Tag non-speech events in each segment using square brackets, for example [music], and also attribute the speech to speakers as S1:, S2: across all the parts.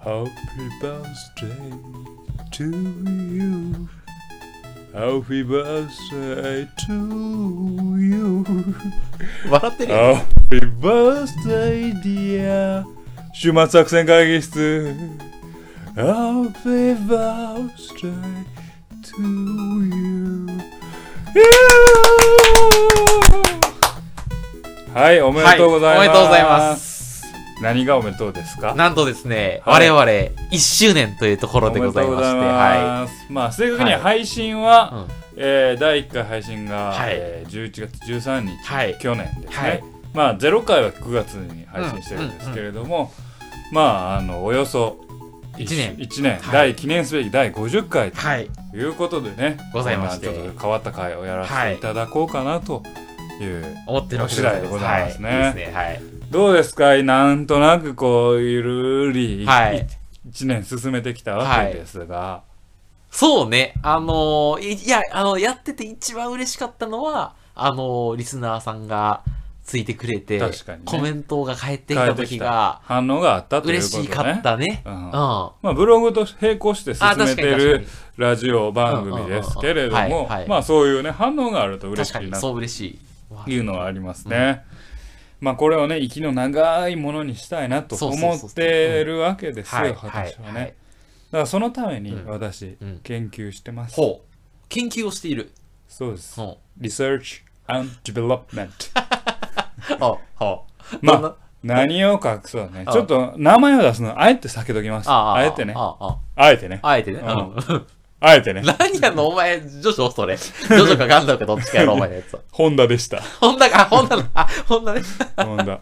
S1: Happy birthday to you. Happy birthday to you.
S2: 笑ってるよ
S1: Happy birthday, dear. 週末作戦会議室。Happy birthday to you. Yeah! はい、おめでとうございます。
S2: はいおめでとうございます
S1: 何がおめでとうですか
S2: なんとですね、
S1: はい
S2: 我々1周年というところでございまして
S1: おめでとうござい
S2: は
S1: ますまあ正確には
S2: はい
S1: 配信は、
S2: い、うん
S1: えー第1回配信が、
S2: はい
S1: えー11月13日、
S2: はい
S1: 去年ですね、
S2: はい
S1: まあ0回は9月に配信してるんですけれども、まああのおよそ
S2: 一年
S1: 一年、
S2: はい
S1: 第記念すべき第50回と
S2: はい、
S1: いうことでね、
S2: ございまして
S1: こんなちょっと変わった回をやらせていただこうかなという、
S2: 思ってるわけでご
S1: お
S2: ざいます。
S1: 次第でございますね
S2: はい、いいですね。はい。
S1: どうですかなんとなくこうゆるり、
S2: はい
S1: 1年進めてきたわけですが、
S2: そうね、あのーいいや、あの、やってて一番嬉しかったのは、あのーリスナーさんがついてくれて、
S1: 確かにね
S2: コメントが返ってきた時が、
S1: 反応があったというこ
S2: 嬉
S1: とね
S2: しかったね。
S1: うん
S2: うん。あ、
S1: まあ、ブログと並行して進
S2: 確か
S1: め
S2: に
S1: て
S2: 確か
S1: る
S2: に。
S1: ラジオ番組ですけれど
S2: うんうんうんうん
S1: も
S2: はいはい
S1: まあそういうね反応があると嬉
S2: 確
S1: し
S2: か
S1: い
S2: に、
S1: な
S2: そ
S1: と
S2: う嬉しいわ。
S1: いうのはありますね。まあこれをね息の長いものにしたいなと
S2: そうそうそう
S1: 思
S2: そう
S1: ってるわけです
S2: はい、
S1: よ
S2: は
S1: 私
S2: い、
S1: は
S2: は
S1: ね
S2: い。。
S1: だからそのために
S2: うん
S1: 私
S2: うん
S1: 研究してます。
S2: ほう。研究をしている。
S1: そうです。
S2: ほ
S1: Research and Development。
S2: う。ほう。ほう。
S1: まあ
S2: [laughs] どんな
S1: 何を隠そうね
S2: あ
S1: ちょっと名前を出すのあえて避けときます。あえてね。
S2: ああ
S1: あえてね。
S2: ああえてね。
S1: う
S2: うんん。
S1: あえてね。
S2: [laughs] 何やのお前、ジョジョそれ。ジョジョかガンダムかどっちかやろ、お前のやつは。 [laughs]
S1: ホンダでした。
S2: ホンダか、ホンダの、あ、ホンダね。 [laughs]
S1: ホンダ。うん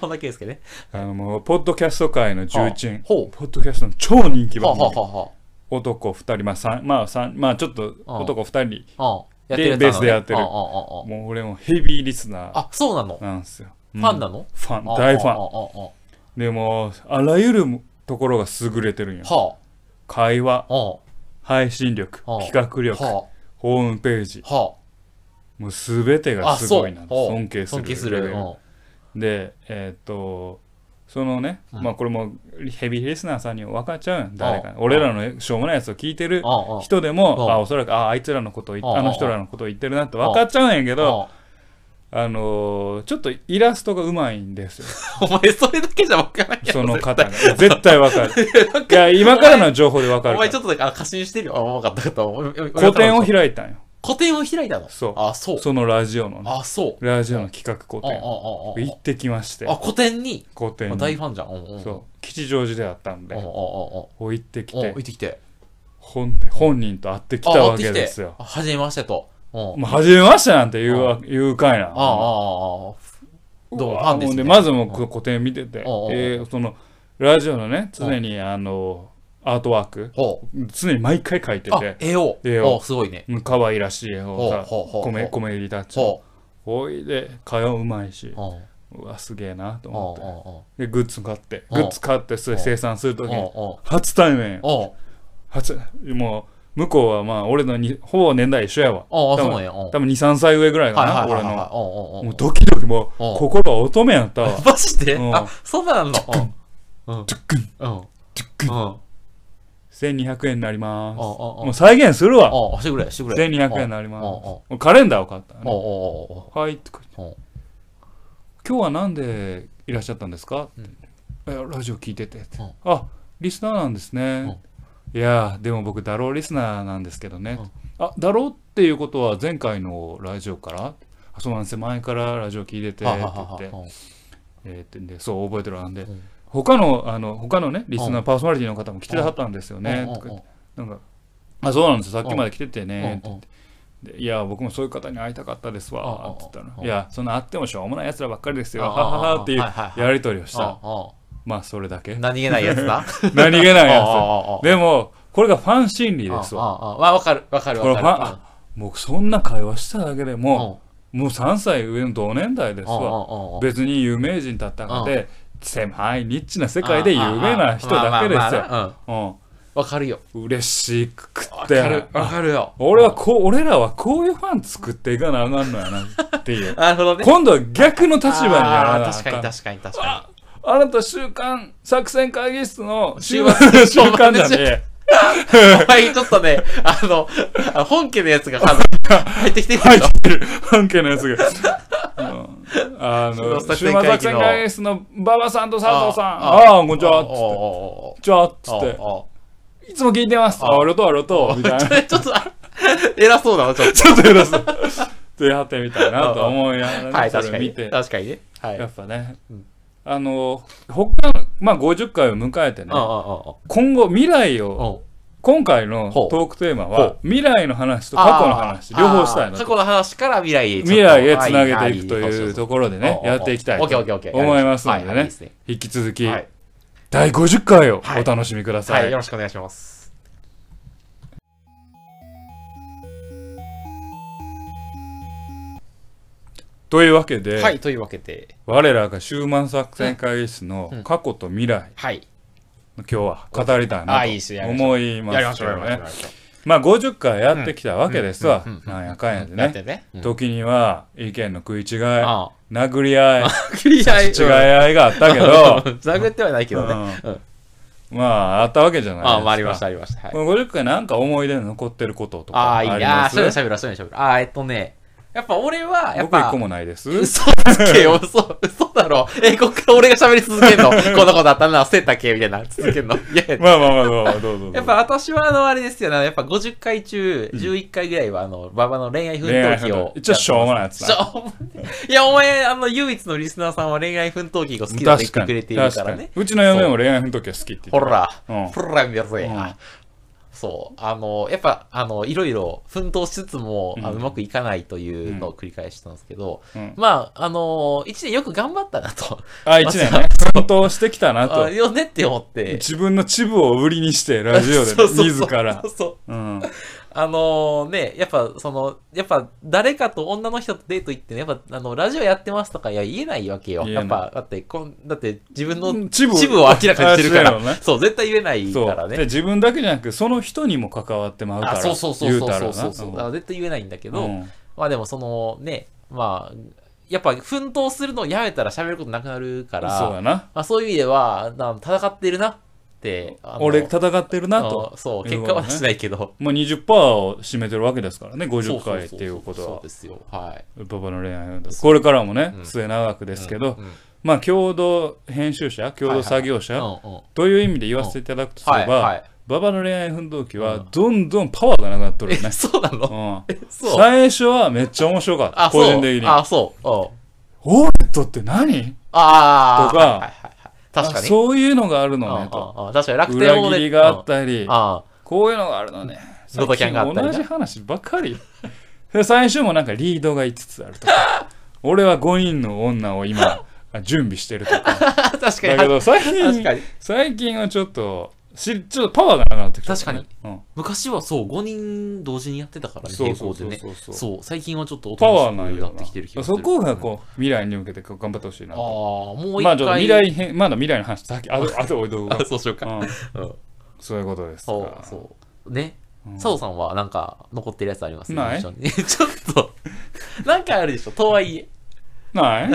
S2: ホンダ圭介ね。
S1: あのもうポッドキャスト界の重鎮、
S2: はあほう
S1: ポッドキャストの超人気
S2: ほ
S1: 番
S2: うほう
S1: 組
S2: ほうほ
S1: 男2人まあ三まあ三まあちょっと
S2: あ
S1: 男2人
S2: う。うん。
S1: で
S2: やってる
S1: ベ
S2: やつなのね
S1: ースでやってる
S2: うんうんうんうん
S1: もう俺もヘビーリスナ
S2: あ、そうなの
S1: ーなんですよ、
S2: ファンな
S1: の
S2: の
S1: ファン大フ
S2: うん
S1: ァン
S2: うんうんうん
S1: でもうあらゆるところが優れてるんや
S2: は
S1: 会話
S2: あ。うん。
S1: 配信力
S2: はあ
S1: 企画力
S2: は
S1: ホームページ
S2: あ。は
S1: もう全て
S2: あ。
S1: が
S2: あ、
S1: す
S2: そ
S1: ご
S2: う
S1: いな。
S2: ほう
S1: 尊敬する
S2: 尊敬する。うん。
S1: でえーっとそのね、
S2: うん
S1: まあこれもヘビーリスナーさんにも分かっちゃうやん誰か
S2: あ
S1: 俺らのしょうもないやつを聞いてる
S2: うんうん。
S1: 人でも
S2: うん
S1: あおそらくああいつらのことを言っ
S2: うんうん
S1: あの人らのことを言ってるなって分かっちゃうんやけどあのーちょっとイラストがうまいん
S2: [laughs]
S1: ですよ
S2: うんお前、それだけじゃ分からんやろ。
S1: その方が絶対分かるいや今からの情報で分か
S2: [laughs] お
S1: るか
S2: 前ち
S1: ら
S2: ょっとだから過信してるよ。あ、分かった分かったお。
S1: 個展を
S2: い
S1: 開いたんよ
S2: 個展を開いたの
S1: そう
S2: あ、そう。
S1: そのラジオのね
S2: あ、そう。
S1: ラジオの企画個
S2: あああ
S1: 展行
S2: あ
S1: ってきまして
S2: ああ、古典に。
S1: 個展
S2: あ
S1: に
S2: 大ファンじゃん。うんうん。
S1: そう吉祥寺であったん
S2: うん。うんうん
S1: で
S2: うん
S1: こう行ってき
S2: うん。う
S1: て
S2: ん行ってきて。
S1: 本本人と会ってきたわけですよ
S2: あ。はじめましてと。うん。あ
S1: もう初めましてなんて言うわ言うかいな
S2: あ、ああ、ああ。どうも、ファンです、
S1: もう
S2: ね。
S1: まずもう
S2: うん
S1: こ個展見てて、え
S2: うんうん
S1: ーそのラジオのね常にあのアートワーク
S2: ほ
S1: 常に毎回書いて
S2: う。あ
S1: て、
S2: 絵を。
S1: 絵を
S2: おすごいね。
S1: うん可愛らしい絵をさ
S2: ほうほうほう
S1: コメ
S2: ほう
S1: コメディタッチ
S2: ほ
S1: おいで会話うまいし
S2: う。うん。
S1: う
S2: うん。
S1: わすげえなと
S2: うん。うん。
S1: 思ってでグッズ買って
S2: うん
S1: グッズ買ってそれ
S2: うん
S1: 生産するとき
S2: うん。うん。
S1: に初対面
S2: うん。
S1: 初もう向こうはまあ俺のにほぼ年代一緒やわ
S2: ああ、そ
S1: 多
S2: うなん
S1: 分
S2: や。うん。はい
S1: 多分23歳上ぐらいか
S2: は
S1: ない
S2: は
S1: 俺
S2: い
S1: の
S2: はい。うん。うん。
S1: も
S2: う。
S1: うんドキドキもう
S2: うん
S1: 心は乙女やったわ
S2: [laughs] マジで
S1: うん
S2: あ、そうなんのうん。うん。うん。うん。うん。
S1: 1200円になります
S2: ああああ
S1: もう再現するわ
S2: あ、してくれ、してく
S1: 1200
S2: れ。
S1: 円に
S2: な。
S1: なります
S2: あああ
S1: もうカレンダーを買ったの
S2: お
S1: ね
S2: おお
S1: はいとか言って今日はなんでいらっしゃったんですかっていやラジオ聞いててって
S2: うん
S1: あリスナーなんですねいやーでも僕だろうリスナーなんですけどねあだろうっていうことは前回のラジオからあそうなんですよ前からラジオ聞いてて
S2: は
S1: っ
S2: は
S1: て
S2: は
S1: 言っ
S2: は
S1: て
S2: は
S1: えーってんでそう覚えてるなんで、
S2: うん
S1: 他のあの他のねリスナ
S2: う
S1: ーパーソナリティの方も来てはったんですよね、
S2: うん
S1: とか言ってなんか「あそうなんですよさっきまで来ててね」
S2: うんうん
S1: って言ってでいや僕もそういう方に会いたかったです
S2: うんうん
S1: わ」って言ったら
S2: う
S1: 「
S2: ん
S1: いやそんな会ってもしょうもないやつらばっかりですよ
S2: う
S1: は
S2: んうん
S1: はは」っていう
S2: はいはいはい
S1: やり取りをした、
S2: うん
S1: まあそれだけ
S2: うん何気ないやつな。
S1: [laughs] 何気ない
S2: ああああ
S1: や
S2: ああ
S1: つでもこれがファン心理ですわ
S2: ああああわわかるわかる
S1: これ
S2: わ
S1: フ
S2: か
S1: ァ
S2: る。
S1: ンあもうそんな会話しただけで
S2: うん
S1: ももう3歳上の同年代です
S2: うん
S1: わ
S2: うんうんうん
S1: 別に有名人だったか
S2: う
S1: で狭いニッチな世界で有名な人だけで
S2: まあ
S1: す
S2: まあ
S1: よ
S2: まあうんわかるよ。
S1: うん。嬉しくっ
S2: わ
S1: て
S2: かるわかるよ。
S1: 俺はこう俺らはこういうファン作っていかなあかんのやなっていう
S2: [laughs] なるほどね。
S1: 今度は逆の立場にやら
S2: あ
S1: な
S2: ー
S1: あ
S2: 確か
S1: かん
S2: に確かに確か
S1: あなた週刊作戦会議室の週
S2: 週末
S1: 末週刊だね。
S2: はい、ちょっとね、あの、あ本家のやつが入ってきてる
S1: 入
S2: でしょ
S1: ってる。本家のやつが。うんあの、
S2: 週末作
S1: 週末
S2: 戦会議の
S1: 作戦会議室の馬場さんと佐藤さん。
S2: あ
S1: ああ、こんにちは。つって。
S2: お
S1: じゃあ、つ
S2: ー
S1: っ
S2: おー
S1: て。
S2: お
S1: いつも聞いてます。あ、ありがとう、ありがとう。みたいな。
S2: ーちょっと、あ偉そうだな、ちょっ
S1: ちょっと偉
S2: [laughs]
S1: そう。でやってみたいなと思いながら
S2: と。
S1: ね
S2: はい、
S1: そ
S2: 確か
S1: れ
S2: に
S1: 見
S2: ね。
S1: て。
S2: 確かにね。はい。うん
S1: や
S2: うん
S1: っぱね
S2: うん。
S1: あの、他の、まあ、50回を迎えてね、
S2: う
S1: 今後未来
S2: んうん。
S1: を、
S2: うん
S1: 今回の
S2: ほう
S1: トークテーマ
S2: ほ
S1: は
S2: う、
S1: 未来の話と過去の話、
S2: あー
S1: 両方したい
S2: あ
S1: な
S2: ー
S1: と
S2: 過。去の話から未来へちょっと。
S1: 未来へつなげていくと
S2: は
S1: いう
S2: そうそう
S1: ところで
S2: そう
S1: ね
S2: お、ーおー
S1: やっていきたい
S2: オッケーオッケーオッケ
S1: と
S2: ー
S1: 思いますの
S2: はい
S1: で
S2: はいい
S1: ね
S2: いですね、
S1: 引き続き
S2: はい
S1: 第50回を
S2: はい
S1: お楽しみくだ
S2: は
S1: さ
S2: い、
S1: い
S2: よ。ろしくお願いします。
S1: というわけで、
S2: はい、というわけで、
S1: 我らが終盤作戦会議室の過去と未来、
S2: はい。
S1: 今日は語りたい
S2: あーいいっ
S1: な
S2: す
S1: と
S2: やりましょ
S1: 思い
S2: やり
S1: ま
S2: まし
S1: す
S2: ょ
S1: け
S2: う、や
S1: ど
S2: りましょうや
S1: ね
S2: りま。しょう。
S1: まあ50回やってきたわけですわ
S2: うんうんうん。
S1: なんやかんやで
S2: やっ
S1: ね。
S2: てね。うん
S1: 時には意見の食い違い、
S2: ああ。
S1: 殴り合い、
S2: クリ
S1: [laughs]
S2: ア
S1: 違い合いがあったけ
S2: [laughs]
S1: ど、
S2: 殴ってはないけどね。
S1: うん
S2: うん
S1: まああったわけじゃないです
S2: あ
S1: か。
S2: あ、まあ、ありました、ありました。はい
S1: こ。の50回なんか思い出に残ってることと
S2: あ
S1: か
S2: あ、
S1: あ
S2: い
S1: り
S2: いな。あ
S1: ま
S2: あ、
S1: す
S2: そうだ、しゃべら、そうだ、しゃべら。ああ、えっとね。やっぱ俺は、やっ
S1: 僕一
S2: ぱ
S1: 個、もない
S2: [laughs]
S1: です。
S2: 嘘つけよ、嘘、嘘だろ。え、こっから俺が喋り続けん
S1: [laughs]
S2: の。こんなことあったな、捨てたけ、みたいな、続けんの。いやいや
S1: まあまあまあどうぞどうぞ。
S2: やっぱ私はあの、あれですよね。やっぱ50回中、11回ぐらいは、あの、馬場の恋愛奮
S1: 恋愛
S2: 闘
S1: 奮
S2: 記を
S1: 闘。一応しょうもないやつ
S2: ち
S1: だ。
S2: ょいや、お前、あの、唯一のリスナーさんは恋愛奮闘記が好きだって言ってくれているからね。
S1: うちの嫁も恋愛の時は好きって言ってた
S2: ほら、
S1: うん
S2: ほら見やすい、
S1: うん
S2: そう、あの、やっぱ、あの、いろいろ奮闘しつつも、う
S1: うん
S2: うまくいかないというのを繰り返したんですけど、
S1: うん
S2: まあ、あの、一年よく頑張ったなと。
S1: あ、一年ね。奮闘してきたな
S2: あ
S1: と。
S2: よねって思って。
S1: 自分のチブを売りにして、ラジオで
S2: [laughs] そうそうそう
S1: 自ら
S2: そ。うそう
S1: うん。
S2: あのね、やっぱその、やっぱ誰かと女の人とデート行ってね、やっぱあの、ラジオやってますとか、いや、言えないわけよ。
S1: 言えな
S2: や
S1: い
S2: っぱ、だって、こんだって自分
S1: う
S2: の
S1: んチブを
S2: を明らかにしてるから、
S1: あ知らんよね
S2: そう、絶対言えない
S1: そ
S2: から
S1: う。
S2: ね
S1: で、。自分だけじゃなく、その人にも関わってまうか
S2: あ、
S1: ら。
S2: そうそうそうそうそうそうそう
S1: 言う
S2: だか
S1: たら
S2: ら絶対言えないんだけ
S1: な
S2: ど、
S1: うん。
S2: まあでもそのね、まあ、やっぱ奮闘するのをやめたら喋ることなくなるから、
S1: そうやな。
S2: まあ、そういう意味では、な戦ってるなって。あの
S1: 俺戦ってるな
S2: あ
S1: と
S2: の。そう、
S1: いう
S2: 結
S1: こ
S2: 果
S1: とね
S2: は出しないけど。
S1: もう20%を占めてるわけですからね、
S2: そう
S1: 50
S2: そうそう
S1: 回っていうこと
S2: そ
S1: は
S2: う。ですよ。はい。
S1: パパの恋愛運動これからもね、
S2: うん
S1: 末永くですけど、
S2: うんうん
S1: まあ共同編集者共同作業者、
S2: うんうん
S1: という意味で言わせていただくとす
S2: は
S1: れ
S2: い、
S1: ば、
S2: はい。
S1: ババの恋愛奮闘記
S2: う
S1: は
S2: ん
S1: どんどんパワーがなくなっとるよ
S2: え、
S1: ね、
S2: [laughs] そうな
S1: う
S2: の
S1: ん、
S2: え、そう。
S1: 最初はめっちゃ面白かった
S2: あ、
S1: 個
S2: そ
S1: 人
S2: う
S1: 的。に
S2: あ、そう。うん。
S1: オーレットって何
S2: ああ。
S1: とか
S2: はいはいはいはい確か
S1: あ
S2: に。
S1: そういうのがある
S2: うん
S1: のねと
S2: うんうん確かに楽天
S1: 裏
S2: もね
S1: 切りがあったり
S2: うんあ
S1: こういうのがあるのね
S2: ドタキャンがあったり
S1: 最
S2: な
S1: 近同じ話ばっかり [laughs] で最初もなんかリードが5つあるとか [laughs] 俺は5人の女を
S2: [laughs]
S1: 今準備してるとか
S2: あ。確かに
S1: だけ。ど最
S2: 確か
S1: 近
S2: に、
S1: 最近はちょっと、しちょっとパワーがなくなってきた、
S2: 確
S1: うん。
S2: 昔はそう、5人同時にやってたからね、
S1: そう
S2: 並
S1: そう
S2: 行で
S1: そう
S2: ね
S1: そ。うそう。
S2: そう、最近はちょっとおと
S1: パワー
S2: な
S1: な
S2: し
S1: ん
S2: くな
S1: よ
S2: ってきてる気
S1: な。
S2: がする。
S1: そこがこう、未来に向けてこう頑張ってほしい
S2: うん。
S1: な
S2: ああ、
S1: と。
S2: もう一回。
S1: まあちょっと未来編、まだ未来の話、さっき、あと、あと、おいどうぞ
S2: あ、そうしよう [laughs] か。
S1: うん
S2: うん。
S1: そういうことですか
S2: そ
S1: ら。
S2: う、そう。ね。
S1: うん
S2: 佐藤さんはなんか残ってるやつあります
S1: ない
S2: 印象に [laughs] ちょっと、なんかあるでしょ、とはいえ。
S1: ない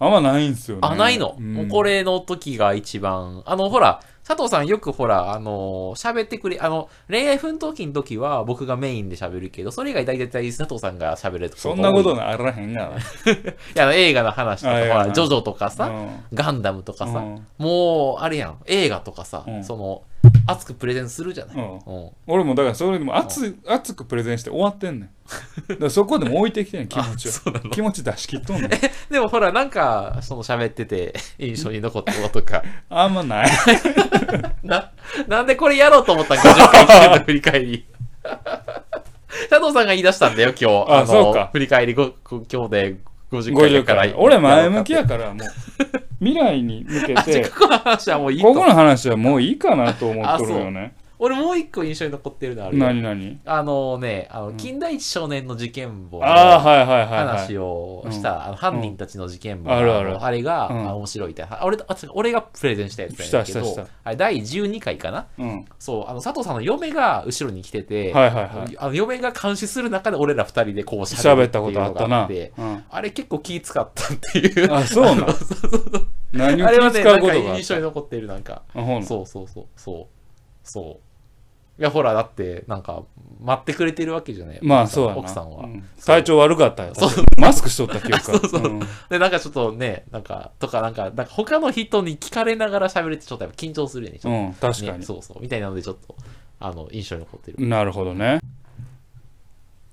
S1: あんまないんすよね。
S2: あ、ないの、
S1: うん
S2: もうこれの時が一番。あの、ほら、佐藤さんよくほら、あの、喋ってくれ、あの、恋愛奮闘記の時は僕がメインで喋るけど、それ以外大体佐藤さんが喋る
S1: そんなこと
S2: ない。
S1: なあらへんが
S2: いや、あの映画の話とか、
S1: あ
S2: ほ
S1: いや
S2: ら、ジョジョとか
S1: な。
S2: さ、
S1: うん
S2: ガンダムとかさ、
S1: うん
S2: もう、あれやん、映画とかさ、
S1: うん
S2: その、熱くプレゼンするじゃない。
S1: うん
S2: うん
S1: 俺もだからそれでも熱い熱くプレゼンして終わってんねん。だからそこでも置いてきてんねん、気持ちを。
S2: そうなの
S1: 気持ち出し切っとんねん。
S2: [laughs] でもほら、なんか、その喋っ
S1: [laughs]
S2: てて印象に残ったこととか、
S1: あんま
S2: [laughs]
S1: ない。
S2: な、なんでこれやろうと思ったんか、50回1年の振り返
S1: [laughs]
S2: り。佐藤さんが言い出したんだよ、今日。
S1: あ
S2: の
S1: そうか
S2: 振り返りご、ご今日で50回だ
S1: 50
S2: から
S1: 回。。俺前向きやから、もう。未来に向け
S2: [laughs] あ、じゃ
S1: て
S2: あ、、ここの話はもういい
S1: ことこ。の話はもういいかなと思っとるよね。
S2: 俺もう一個印象に残ってるのあるよ
S1: 何何
S2: あのね、あ
S1: う
S2: の、
S1: ん
S2: 金田一少年の事件簿の
S1: ああはいはいはいはい
S2: 話をした、あの犯人たちの事件簿
S1: うんあるある
S2: のあれが、
S1: うん
S2: あ面白いって。あ俺あ違う俺がプレゼンしたやつだけど、
S1: したしたし
S2: あれ第12回かな
S1: うん
S2: そう、あの、佐藤さんの嫁が後ろに来てて、
S1: はいはいはい
S2: あの嫁が監視する中で俺ら二人でこう喋
S1: 喋
S2: る
S1: ってた
S2: い
S1: こ
S2: う
S1: とあ
S2: の
S1: った
S2: があ
S1: な
S2: っ
S1: う
S2: て、
S1: ん
S2: あれ結構気使ったっていう。
S1: あそうなの
S2: [laughs]
S1: 何
S2: あれは
S1: を気
S2: ね、
S1: 使
S2: な
S1: うんこ
S2: か
S1: とがあ
S2: 印
S1: っ
S2: 象
S1: た
S2: に残ってる、なんか。
S1: あほうなの
S2: そうそうそう、そう。そう。いや、ほら、だって、なんか、待ってくれてるわけじゃない。
S1: まあそうやな
S2: 奥さんは
S1: う。ん体調悪かったよ
S2: そう
S1: マスクしとった記憶が
S2: [laughs] そうそう
S1: うん
S2: で、なんかちょっとね、なんか、とか、なんか、なんか他の人に聞かれながら喋るってちょっとやっぱ緊張するよね。ちょっ
S1: うん確
S2: と
S1: か
S2: ね
S1: に
S2: そうそう。みたいなので、ちょっと、あの、印象に残ってる。
S1: なるほどね。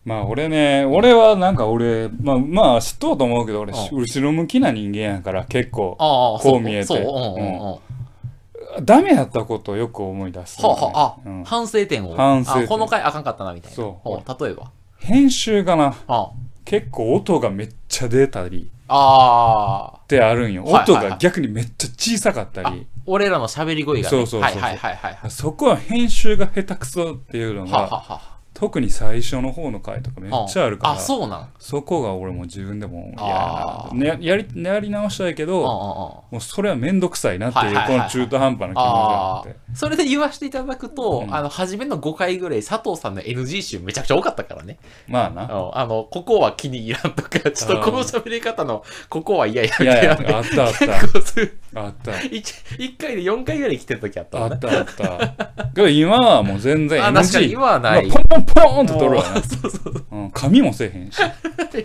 S1: まあ俺ね、俺はなんか俺、まあまあ知っとうと思うけど、俺、
S2: う
S1: 後ろ向きな人間やから結構、
S2: あ
S1: こ
S2: あ、
S1: う
S2: そ
S1: 見えて
S2: そう、うんうんうん。
S1: ダメやったことをよく思い出す、
S2: はあ、はあ、
S1: うん
S2: 反省点を。
S1: 反省点
S2: あ、この回あかんかったな、みたいな。
S1: そう
S2: ほう例えば。
S1: 編集がな、
S2: あ
S1: 結構音がめっちゃ出たり
S2: あ
S1: ってあるんよ。
S2: はいはい
S1: 音
S2: はい
S1: が逆にめっちゃ小さかったり、
S2: ー。あ、俺らの喋り声が、ね。
S1: そうそうそうそう
S2: はいはいはいはい。
S1: そこは編集が下手くそっていうの
S2: はあ、は
S1: が、
S2: あは
S1: 特に最初の方の回とかめっ
S2: あ、
S1: ちゃあるから、
S2: あ、そうなん。
S1: そこが俺も自分でも嫌
S2: あー
S1: やな、ねやり。やり直したいけ
S2: う
S1: ど、
S2: んうんうん。
S1: もうそれはめんどくさいなっていう、
S2: はいはいはいはい
S1: この中途半端な気持ちがあ
S2: あ
S1: って。
S2: あ、それで言わせていただくと、
S1: うん
S2: あの、初めの5回ぐらい佐藤さんの NG 集めちゃくちゃ多かったからね。
S1: まあ
S2: あ [laughs]
S1: な。
S2: の、あのここは気に入らんとか、ちょっとこの喋り方の、ここは嫌や
S1: い
S2: みた
S1: やい
S2: い
S1: や、
S2: なね。
S1: あったあっ
S2: [laughs] 結構する
S1: た。あった。
S2: 一一回で4回ぐらい来てる時あった
S1: あ
S2: もん
S1: っ
S2: ね。
S1: たあった。けど今はもう全然
S2: あ、確かに
S1: NG。
S2: 今はない。
S1: ポンポンポンと取るわな。
S2: [laughs] そうそうそう。
S1: うん、髪もせえへんし。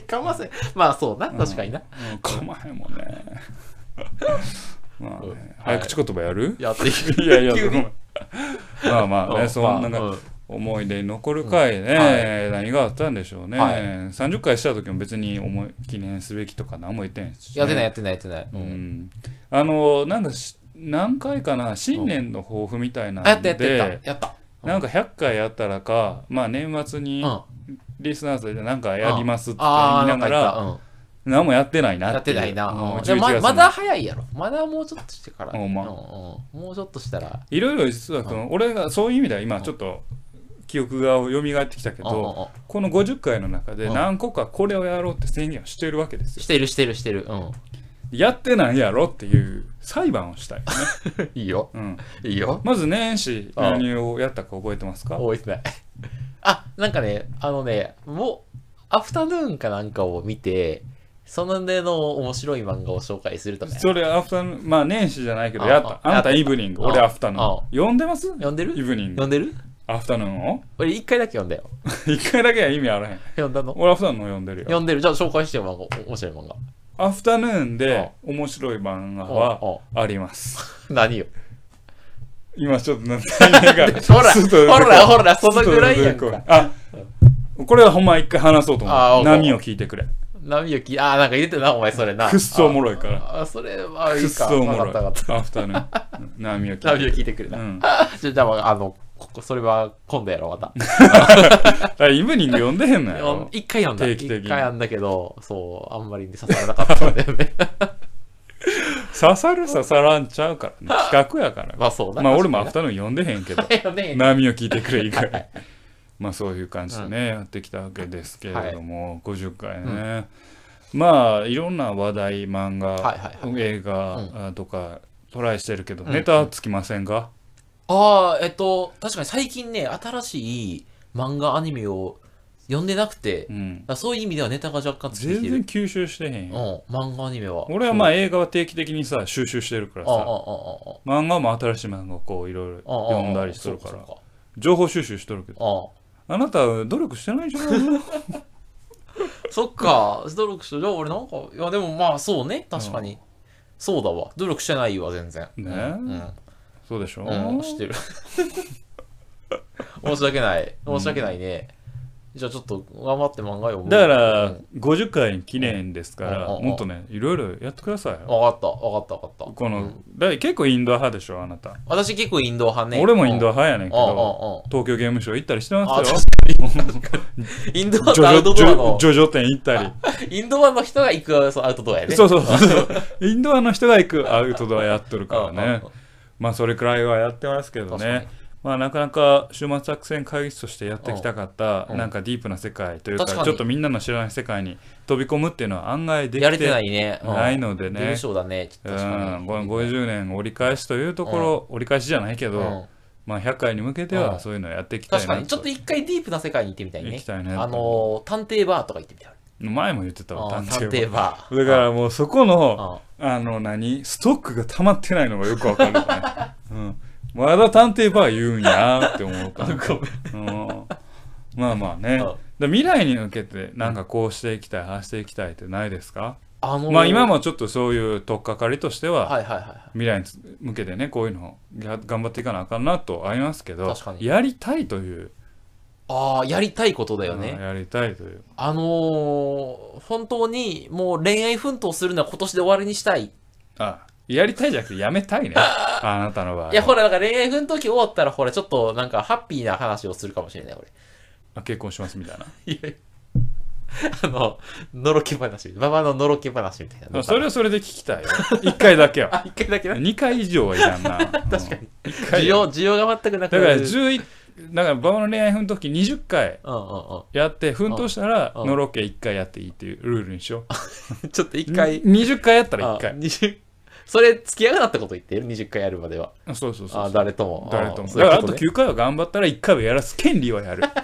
S2: かません。まあそうな、
S1: うん
S2: 確かにな。
S1: うん、かまへんもん
S2: [laughs]
S1: ね。まあ
S2: うん
S1: ね、早口言葉やる、
S2: やっていく。
S1: い、やいや、
S2: 急
S1: で
S2: に
S1: もまあまあ
S2: う [laughs]
S1: ね、
S2: ん
S1: そんな
S2: まあ
S1: が
S2: うん
S1: 思い出に残る回ね、何があったんでしょうね。
S2: はい
S1: 30回した時も別に思い記念すべきとか何も言ってへんし、
S2: やってない、やってない、やってない。う
S1: うんんあのなんかし何回かな新年の抱負みたいな
S2: あ、やっ
S1: ん
S2: た、
S1: で、
S2: やった、やった。やった。
S1: なんか100回やったらか、まあ、年末
S2: う
S1: に
S2: ん。
S1: リスナーズでなんかやりますって言い
S2: ああ、な
S1: なん
S2: か
S1: が
S2: 言った
S1: ら
S2: うん。
S1: 何もやってないな
S2: やっ
S1: って
S2: て
S1: いう
S2: ないな。
S1: もう
S2: うんで
S1: 11
S2: もま
S1: 月
S2: ま
S1: に
S2: だ早いやろ。まだもうちょっとしてから。
S1: ほんま
S2: うんうんもうちょっとしたら。
S1: いろいろ実はその俺がそういう意味では今ちょっと記憶が蘇ってきたけ
S2: うんう
S1: ど
S2: んうん
S1: この50回の中で
S2: うん
S1: 何個かこれをやろうって宣言をしてるわけですよ
S2: してる、してる、してる。うん。
S1: やってないやろっていう裁判を [laughs] したいよね、
S2: いいよ。
S1: うん、
S2: いいよ。
S1: まず年始何をやったか覚えてますか
S2: 多いっすね。 [laughs] あ、なんかね、あのね、もう、アフタヌーンかなんかを見て、そのでの面白い漫画を紹介するとか。
S1: それアフタヌーンまあ年始じゃないけど
S2: あ
S1: やった
S2: あ
S1: あなた
S2: やった
S1: イブニング
S2: あ
S1: 俺アフタヌーン
S2: あ
S1: 読んでます
S2: 読んで
S1: イ
S2: る
S1: ブニング
S2: 読んでる
S1: アフタヌーンを [laughs]
S2: 俺一回だけ読んだよ。
S1: 一回だけは意味あらへん
S2: [laughs] 読んだの
S1: 俺アフタヌーン読んでるよ
S2: 読んでる。じゃあ紹介してよ、漫画。お面白い漫画。
S1: アフタヌーンで面白い漫画は
S2: おうお
S1: あり
S2: [laughs]
S1: ます
S2: う何よ。
S1: 今ちょっと何が
S2: ほ
S1: [laughs]
S2: ら、
S1: スッと出てこ
S2: ほら、ほら、そ
S1: スッ
S2: の
S1: と
S2: ぐらいや
S1: 出
S2: ん
S1: てこ
S2: か。
S1: あこれはほんま一回話そうと思
S2: あ
S1: う
S2: おう
S1: 波を聞いてくれ
S2: 波をき、ああ、なんか入れてたな、お前、それな。
S1: くっそおもろいから
S2: あ、それは、い
S1: くっ
S2: いか。
S1: そおもろい
S2: わかったわかっ
S1: アフタヌーンうん波を
S2: た。
S1: 聞い
S2: 波を
S1: て
S2: 聞いてくれ
S1: くれ
S2: な。
S1: うん
S2: じゃあ、じゃあ、あの、ここ、それは今度やろ、また。
S1: だからイブニング読んでへんのやろ
S2: 一回読んだ。
S1: 定期的に
S2: 一回やんだけど、そう、あんまり刺さらなかったんだよね。 [laughs]
S1: 刺さる刺さらんちゃうからね企画やから
S2: まあ、そうな
S1: まあ俺もアフ
S2: 確
S1: タヌーン読んでへんけど
S2: かにな。だよね。
S1: 波を聞いてくれ以
S2: [laughs]
S1: 外まあそういう感じでね、やってきたわけですけれども、50回ね、まあいろんな話題漫画、
S2: はいはい
S1: 映画
S2: う
S1: あとかトライしてるけど、
S2: うん
S1: ネタつきませんが、
S2: ああ、えっと、確かに最近ね、新しい漫画、アニメを読んでなく
S1: う
S2: て、だか
S1: ん
S2: らそういう意味ではネタが若干つい
S1: 全
S2: てる
S1: 然。吸収してへん
S2: う
S1: よ、
S2: ん、漫画、アニメは。
S1: 俺はまあ
S2: え
S1: 映画は定期的にさ収集してるから
S2: あ、ああ、ああ
S1: さ、漫画も新しい漫画をこういろいろ
S2: ああ、
S1: 読んだりしてるか
S2: そう
S1: ら
S2: そう
S1: 情報収集しとるけど
S2: かああ。
S1: あなたは努力してないじゃん
S2: そっか、努力して、じゃあ俺なんか、いやでもまあそうね、確かに。そうだわ、努力してないわ、全然。
S1: ね
S2: うん。
S1: そうでしょ、
S2: うん、うん、してる。 [laughs] 申し訳ない、申し訳ないね。じゃあちょっと頑張って漫画読む。
S1: だか
S2: う
S1: ら
S2: ん
S1: 50回記念ですから、
S2: うんうん
S1: もっとねいろいろやってくださいよ
S2: わかった、わかった、わかった。
S1: この、
S2: うん
S1: だ結構インドア派でしょあなた、
S2: 私結構インド派ね。
S1: 俺もイン
S2: ド
S1: ドア派やねんけど
S2: 派。
S1: 東京ゲームショウ行ったりして
S2: うんうんうん。あ、
S1: ま
S2: 確
S1: す
S2: か
S1: よ
S2: に。インド
S1: ジ
S2: 派とアウト
S1: ョジ
S2: ドア
S1: ョ
S2: の
S1: ジ、ョジョ店行ったり
S2: インド派の人が行くそうアウトドアやね。
S1: そうそうそうそうインドアの人が行くアウトドアやっとる
S2: う
S1: から
S2: んうんうん
S1: ねまあそれくらいはやってますけど
S2: 確かに
S1: ねまあ、なかなか終末作戦会議室としてやってきたかった、
S2: うん
S1: なんかディープな世界というか
S2: 確かに
S1: ちょっとみんなの知らない世界に飛び込むっていうのは案外でき
S2: やれて
S1: て
S2: ないね。うん
S1: ないのでね
S2: 文章だね。ちょ
S1: う
S2: っと確かに
S1: ん、この50年折り返しというところ、折り返しじゃないけど、
S2: うん
S1: まあ、100回に向けて
S2: う
S1: は
S2: ん
S1: そういうのをやっていきたい
S2: 確
S1: な
S2: かに。ちょっと一回ディープな世界に行ってみたいね。
S1: 行きたいね
S2: あのー、探偵バーとか行ってみたい。
S1: 前も言ってたわ
S2: う
S1: 探
S2: ん探
S1: 偵
S2: 偵
S1: は
S2: バ
S1: だ
S2: ー。
S1: からもうそこの
S2: うん
S1: あの何ストックが溜まってないのがよくわかるよね、うん、まだ探偵バー言うんやって思った、
S2: [laughs] ごめん
S1: うん、まあまあね
S2: うん
S1: で未来に向けてなんかこうしていきたい、ああしていきたいってないですか、
S2: あのー
S1: まあ今もちょっとそういう取っかかりとしては、
S2: はいはいはい。
S1: 未来につ向けてねこういうのをや頑張っていかなあかんなとありますけど
S2: 確かに
S1: やりたいという
S2: ああ、やりたいことだよ
S1: うん
S2: ね。
S1: やりたいという
S2: あのー、本当にもう恋愛奮闘するのは今年で終わりにしたい。
S1: あやりたいじゃなくてやめたい
S2: [laughs]
S1: ねあなたの場合
S2: いや、ほら、なんか恋愛奮闘期終わったら、ほら、ちょっとなんかハッピーな話をするかもしれ [laughs] ない、俺。
S1: あ結婚しますみ
S2: [laughs]
S1: たいない
S2: やいやあの、のろけ話。馬場ののろけ話みたいな。
S1: それはそれで聞きたいよ1回だけは
S2: あ、一回だけな。
S1: 2回以上はいらんな確
S2: [laughs] 確かに。
S1: 回
S2: 需要、需要が全くなく
S1: だ
S2: な
S1: から
S2: る。
S1: 11だから馬場の恋愛奮闘期20回
S2: うんうん
S1: やって奮闘したら
S2: うん
S1: のろけ1回やっていいっていうルールにしよう
S2: うん。 [laughs] ちょっと一回。
S1: 20回やったら
S2: あ
S1: 1回
S2: 20それ、付き合うなってこと言ってる ?20 回やるまでは。
S1: あそうそうそう
S2: あ、誰とも。
S1: 誰とも。だ
S2: あ
S1: からあ
S2: そう
S1: と
S2: いうこね
S1: 9回は頑張ったら1回はやらす権利はやる。 [laughs]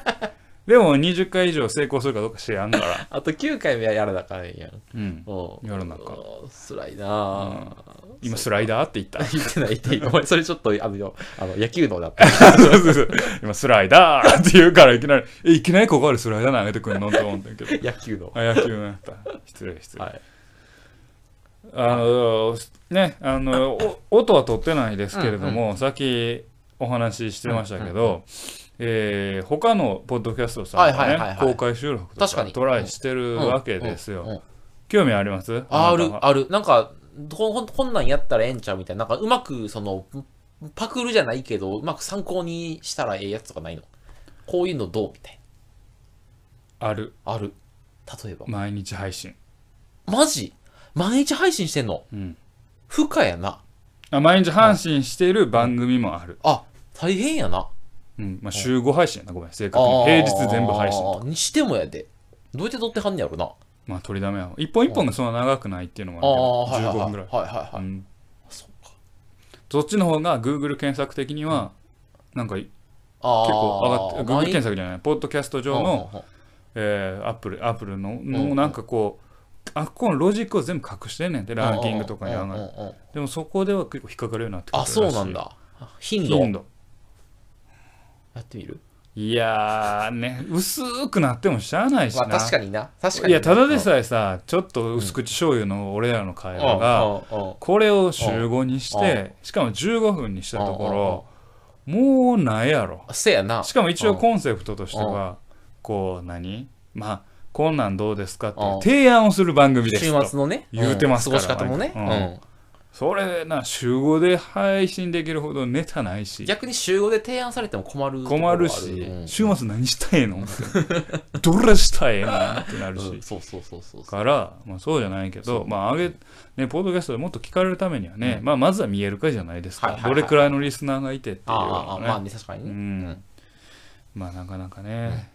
S1: でも20回以上成功するかどうか知らんから。
S2: あと9回目はやらなあかんやん。
S1: うん。
S2: うん。
S1: やらなあかん
S2: うん。辛いなあ
S1: 今スライダーって言った。 [laughs]
S2: 言ってない、言って [laughs] ない。お前、それちょっと、あの、あの野球のだった。
S1: そうそうそう今スライダーって言うからいきなり、え、いきなりここあるスライダー投げてくんのって思ったけど。
S2: 野球の。
S1: あ、野球やった。失礼、失礼。
S2: はい。
S1: あの、ね、あの、お音は取ってないですけれども、さっきお話ししてましたけど、えー他のポッドキャストさん
S2: はいはい
S1: が
S2: はいは
S1: ね
S2: い
S1: 公開収録と
S2: 確か
S1: か
S2: に
S1: トライしてるわけです
S2: うんうん
S1: よ。興味あります
S2: あ
S1: な
S2: る
S1: んか、
S2: ある。なんか、ここんこんなんやったらええんちゃうみたいな。なんか、うまく、その、パクるじゃないけど、うまく参考にしたらええやつとかないのこういうのどうみたい
S1: ある。
S2: な。ある。例えば。
S1: 毎日配信。
S2: マジ毎日配信してんの
S1: うん。
S2: 不可やな。
S1: あ毎日配信している番組もある。
S2: あ、大変やな。
S1: うん。まあ、週5配信やな。ごめん。正確
S2: あ
S1: に。
S2: ー
S1: 平日全部配信とか。。
S2: にしてもやで。どうやって撮ってはんねやろな。
S1: まあ、取りだめは。一本一本がそんな長くないっていうの
S2: ああ、
S1: もあ
S2: はい
S1: るけど、15
S2: はいは
S1: 分ぐら
S2: い。はい
S1: い。
S2: はいは
S1: う
S2: い。
S1: ん。
S2: そうか。
S1: そっちの方が Google 検索的には、なんか結
S2: ああ。
S1: 構上がって、Google 検
S2: 査
S1: 索じゃない、ポッドキャスト上の、えー、Apple、Apple の、
S2: う
S1: の
S2: ん
S1: なんかこう、あっこのロジックを全部隠してんねんって、ランキングとかに上がる。
S2: る。
S1: でもそこでは結構引っかかるようになってくる
S2: あ、
S1: らしい
S2: そうなん。だ。頻度
S1: 頻度。
S2: やってみる
S1: いやーね、薄くなってもしゃあないし
S2: ま
S1: な。
S2: あ確かにな。確かに。
S1: いや、ただで
S2: え
S1: さえさ、ちょっと薄口醤油の俺らの会
S2: うん
S1: 話が、
S2: うんうん
S1: これを週5にして、しかも15分にしたところ、もうないやろ。
S2: せやな。
S1: しかも一応コンセプトとしては、こう、何まあ、こんなんどうですかっていう
S2: うん
S1: 提案をする番組です
S2: 週
S1: と。
S2: 末のね、
S1: 言うてますから
S2: 過ごし方もね、
S1: う
S2: う
S1: それな、週5で配信できるほどネタないし
S2: ん。逆に週5で提案されても困るところ
S1: 困
S2: はあ
S1: るし、
S2: うん
S1: 週末何したいのみたいなどれしたいのってなる
S2: う
S1: し
S2: ん。そうそうそうそうそう。
S1: から、まあ、そうじゃないけど、まあ、上げ、ね、ポッドキャストでもっと聞かれるためにはね、まあ、まずは見えるかじゃないですか、
S2: はいはいはい
S1: どれくらいのリスナーがいてっていう
S2: あ
S1: の
S2: あああ、
S1: はね、
S2: まあね、確かに
S1: う
S2: ね。
S1: ん、まあ、なかなかね、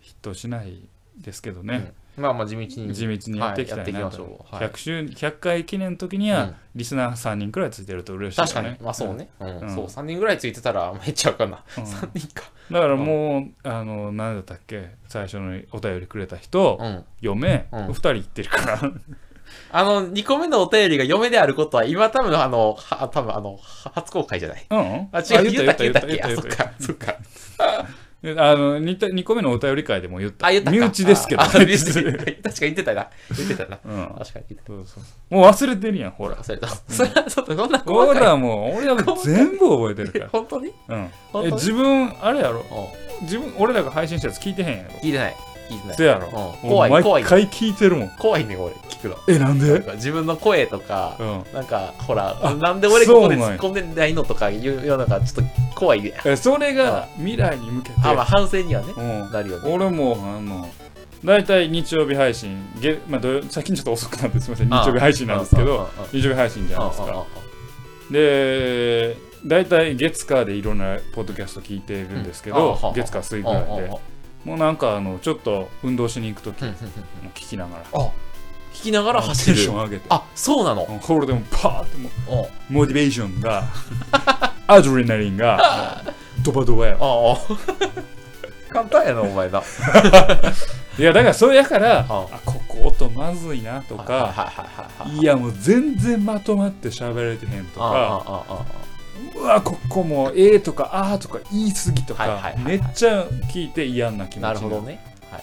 S1: ヒットしないですけどね、
S2: うんまあまあ地道に。
S1: 地道にやっていきたい
S2: はいや
S1: な
S2: っていきまし
S1: と
S2: ょ、うはい
S1: 100, 周100回記念の時に
S2: うん
S1: は、リスナー3人くらいついてると嬉しいよね
S2: 確かに。まあそうね。うん
S1: うん
S2: そう、3人ぐらいついてたら、めっちゃうかな。
S1: うん
S2: 3人か。
S1: だからもう、あの何だったっけ最初のお便りくれた人、
S2: うん。
S1: 嫁、
S2: うん
S1: 2人行ってるから
S2: あの、2個目のお便りが嫁であることは、今多分あの、は多分あの、は初公開じゃない。
S1: うん
S2: あ、違う、言ったっけ言った
S1: 言
S2: っけ
S1: った
S2: あ、
S1: 言っ
S2: そったか、そっか。
S1: であの 2, た2個目のお便り会でも言った。
S2: あ、言ったか。
S1: 身内ですけど、
S2: ああ身内 [laughs] 確か言ってたな。言ってたな。
S1: [laughs] うん
S2: 確かに言ってた。
S1: そうそうもう忘れてるやん、ほら。
S2: 忘れた。それはちょっとこんな
S1: ほ
S2: [laughs] 怖い。
S1: ら、もう俺は全部覚えてるか
S2: 本当に
S1: ら。うん
S2: 本当
S1: え自分、あれやろ
S2: うん
S1: 自分、俺らが配信したやつ聞いてへんやろ
S2: 聞いてない。聞いてない。
S1: せやろ
S2: うん
S1: もう
S2: 怖い、怖
S1: 毎
S2: い。
S1: 回聞いてるもん。
S2: 怖いね、俺、聞くの。
S1: え、なん
S2: なん
S1: で
S2: か自分の声と
S1: う
S2: か、
S1: ん。
S2: なんか、ほら、なんで俺ここで
S1: そうなん
S2: 突
S1: や
S2: っ込んでないのとかいうようなのがちょっと怖いね。
S1: え、それが未来に向けて。
S2: あ、まあ反省にはね、
S1: うん
S2: なるよね。
S1: 俺もうあの大体日曜日配信げ、まあ、土曜最近ちょっと遅くなってすみません日
S2: ああ
S1: 曜日配信なんですけ
S2: ああ
S1: ど
S2: ああ
S1: 日曜日配信じゃないです
S2: あああ
S1: か
S2: あ
S1: で大体月火でいろんなポッドキャスト聞いてるんですけど、
S2: うんあはは
S1: 月火水ぐらいで
S2: あ
S1: もうなんかあのちょっと運動しに行く時
S2: うん
S1: も
S2: うん
S1: う聞きながら
S2: あ聞きながら走
S1: テンション
S2: る。
S1: 上げて
S2: あ、そうなの。
S1: ホールでもパーってもう
S2: うんあ
S1: モチベーションが [laughs] アドレナリンがドバドバよ
S2: あ。簡単やな、お前 [laughs] な。
S1: いやだからそれやから
S2: ん
S1: あここ音まずいなと
S2: はい
S1: か
S2: はいはいはいはい。
S1: いやもう全然まとまって喋れてへんと
S2: ああ
S1: か
S2: あああ
S1: うわここもう A とかあーとか言い過ぎと
S2: はいはい
S1: か
S2: はいは
S1: め
S2: い
S1: っちゃ聞いて嫌な気持ち
S2: あなるほど
S1: ね
S2: ね。はい。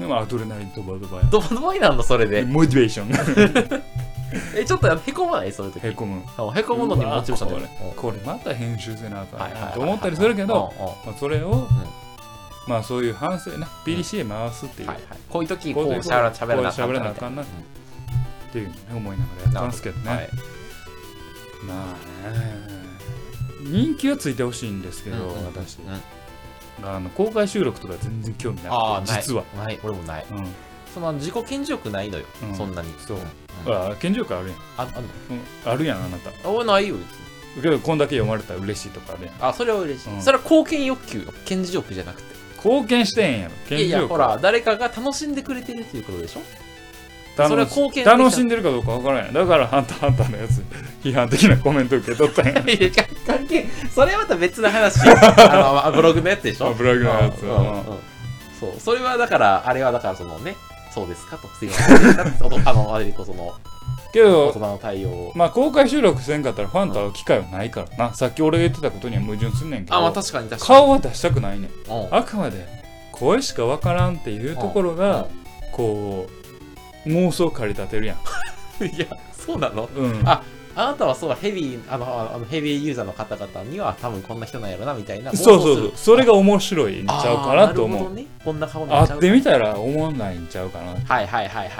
S1: でもアドレナリンドバドバや
S2: ドバドバになんだ、それで。
S1: モチベーションが [laughs]
S2: え、ちょっとへこまない、そういう時。
S1: へこむ
S2: あへこむのにモチベーション
S1: うわ
S2: 出るうん
S1: これまた編集せなあか
S2: はい
S1: ん
S2: はい
S1: な
S2: はいはい
S1: と思ったりするけど、
S2: うんうん
S1: まあ、それを、まあそういう反省ね PDCA 回すっていう、
S2: はいはい、こういう時
S1: こ
S2: こ
S1: ういう
S2: う
S1: 時
S2: しゃべらしゃべらな
S1: こう
S2: あかん
S1: 喋らなあかんなっていうね思いながらやってますけどね、
S2: はい、
S1: まあね人気はついてほしいんですけど、
S2: うんうん
S1: 私
S2: うん
S1: あの公開収録とか全然興味
S2: あ
S1: な
S2: あ
S1: く
S2: な
S1: て
S2: い
S1: 実は、
S2: ない俺もない
S1: うん、
S2: その自己顕示欲ないのよ、
S1: うん
S2: そんなに
S1: そうん
S2: あ
S1: ああ謙譲感あるやん、
S2: あの
S1: うん、あるやんあなた
S2: あ俺ないよ別に
S1: けどこんだけ読まれたら嬉しいとかあるやん
S2: あそれは嬉しい、
S1: うん
S2: それは貢献欲求よ顕示欲じゃなくて
S1: 貢献してんやろ
S2: いや
S1: 謙
S2: い
S1: 譲
S2: や
S1: 感
S2: ほら誰かが楽しんでくれてるっていうことでしょ
S1: 楽し
S2: それは貢献
S1: 楽しんでるかどうかわからないだから「ハンターハンター」のやつ批判的なコメント受け取ったん
S2: [laughs]
S1: や
S2: いや関係それはまた別の話 [laughs] あのブログのやつでしょ
S1: あブログのやつ
S2: うん
S1: うん
S2: うんうんそうそれはだからあれはだからそのねそうですかとすいませんあのあれこその
S1: け
S2: 言
S1: ど
S2: 葉の対応を
S1: まあ公開収録せんかったらファンと会う機会はないからな、さっき俺が言ってたことには矛盾すんねんけど
S2: あ、まあ確かに確かに。
S1: 顔は出したくないねん
S2: 顔、うん、
S1: あくまで声しかわからんっていうところがこう妄想を駆り立てるやん、
S2: うん [laughs] いや、そうなの
S1: うん、
S2: ああなたはそうヘビーあのあのヘビーユーザーの方々には多分こんな人なんやろなみたいな。
S1: そうそうそうそれ
S2: が
S1: が面白いんち
S2: あ
S1: ゃうかなと思
S2: ーなるほ
S1: う
S2: どね。こんな顔なんちゃ
S1: 会
S2: う
S1: ってみたら思わないんちゃうかな
S2: はいはいはいはいはいはい。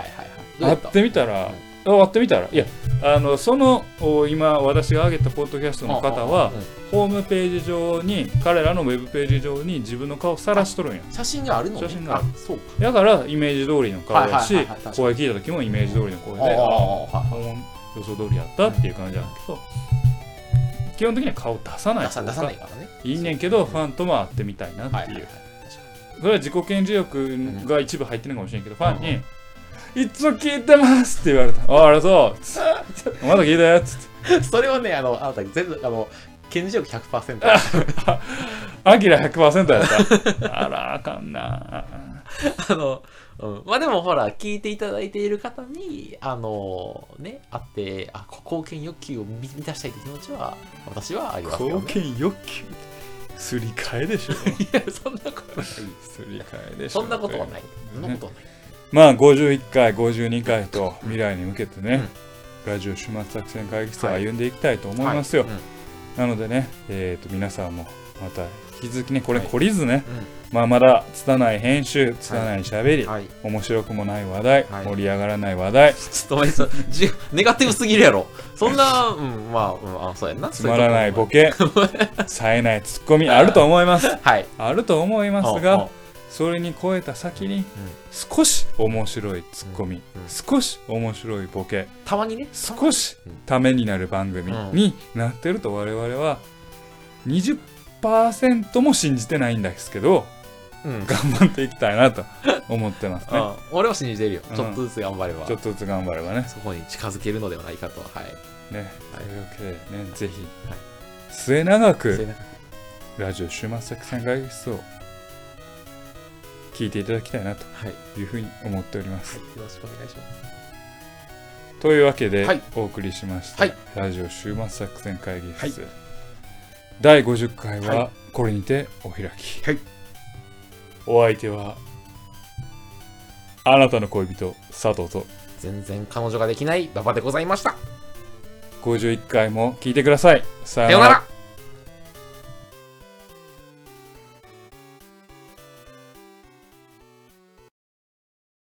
S2: ど
S1: 会
S2: うや
S1: っ
S2: った
S1: てみたら、あ会ってみたらいやあのそのお今私が挙げたポッドキャストの方は
S2: うんうん
S1: ホームページ上に彼らのウェブページ上に自分の顔さらしとるんや
S2: 写真があるのね
S1: 写真がある
S2: あそうか。
S1: だからイメージ通りの顔やし
S2: はいはいはいはい確か
S1: 声聞いた時もイメージ通りの声で
S2: あー
S1: あ
S2: は
S1: あの予想通りやったっていう感じなんだけど基本的には顔出さない
S2: 出さ出さないからね。
S1: いいねんけどファンとも会ってみたいなっていう、
S2: はいはいはい。
S1: それは自己顕示欲が一部入ってるのかもしれんけど、ファンに「いつも聞いてます」って言われた「ああありがとう」つって「まだ聞いたよ」つって
S2: [laughs] それはね、あの、あなた全部、あの、顕示欲100%。
S1: 「アキラ100%やった」あらあかんな
S2: あの、うん、まあでもほら、聞いていただいている方に、あの、ね、あって、あ、こ貢献欲求を満たしたいという気持ちは、私はあります
S1: 貢
S2: よね。
S1: 献欲求すり替えでしょ
S2: いや、そんなことない。
S1: すり替えでしょ
S2: そんなことはない。そんなことはない。
S1: まあ51回52回と未来に向けてね、ラジオ終末作戦会議室を歩んでいきたいと思いますよ、
S2: はいうん
S1: なのでね、えー、と皆さんもまた引き続きねこれ
S2: はい
S1: 懲りずね、まあまだ拙い編集拙い喋り、
S2: うんはい。
S1: 面白くもない話題、
S2: はい
S1: 盛り上がらない話題
S2: ちょっとお前さ、じネガティブすぎるやろ。そんな、うん、まあ、うん、あ、そうやんな。
S1: つまらない
S2: そう
S1: ボケ冴えないツッコミあると思います
S2: うとこはい。
S1: あると思いますが
S2: あ
S1: それに超えた先に少し面白いツッコミ、
S2: うん
S1: 少し面白いボケ
S2: あたまにね、
S1: 少しためになる番組になってると我々は20%も信じてないんですけど [laughs]
S2: うん。
S1: 頑張っていきたいなと思ってますね
S2: あ俺は信じてるよ
S1: うん。
S2: ちょっとずつ頑張れば
S1: ちょ、っとずつ頑張ればね
S2: そこに近づけるのではないかと。はい。
S1: ね
S2: は
S1: と
S2: い
S1: いうわけでねぜひ
S2: はい
S1: 末永
S2: それ
S1: く
S2: な
S1: ラジオ終末作戦会議室を聞いていただきたいなと
S2: はい。はい。
S1: いうふうに思っております
S2: よろしくお願いします。
S1: というわけで
S2: はい
S1: お送りしました
S2: はい
S1: ラジオ終末作戦会議室
S2: は
S1: 第50回
S2: は
S1: はこれにてお開き
S2: はい
S1: お相手はあなたの恋人佐藤と
S2: 全然彼女ができない馬場でございました。
S1: 51回も聞いてくださいさ
S2: さ
S1: よ
S2: よ
S1: う
S2: う
S1: な
S2: な
S1: ら
S2: ら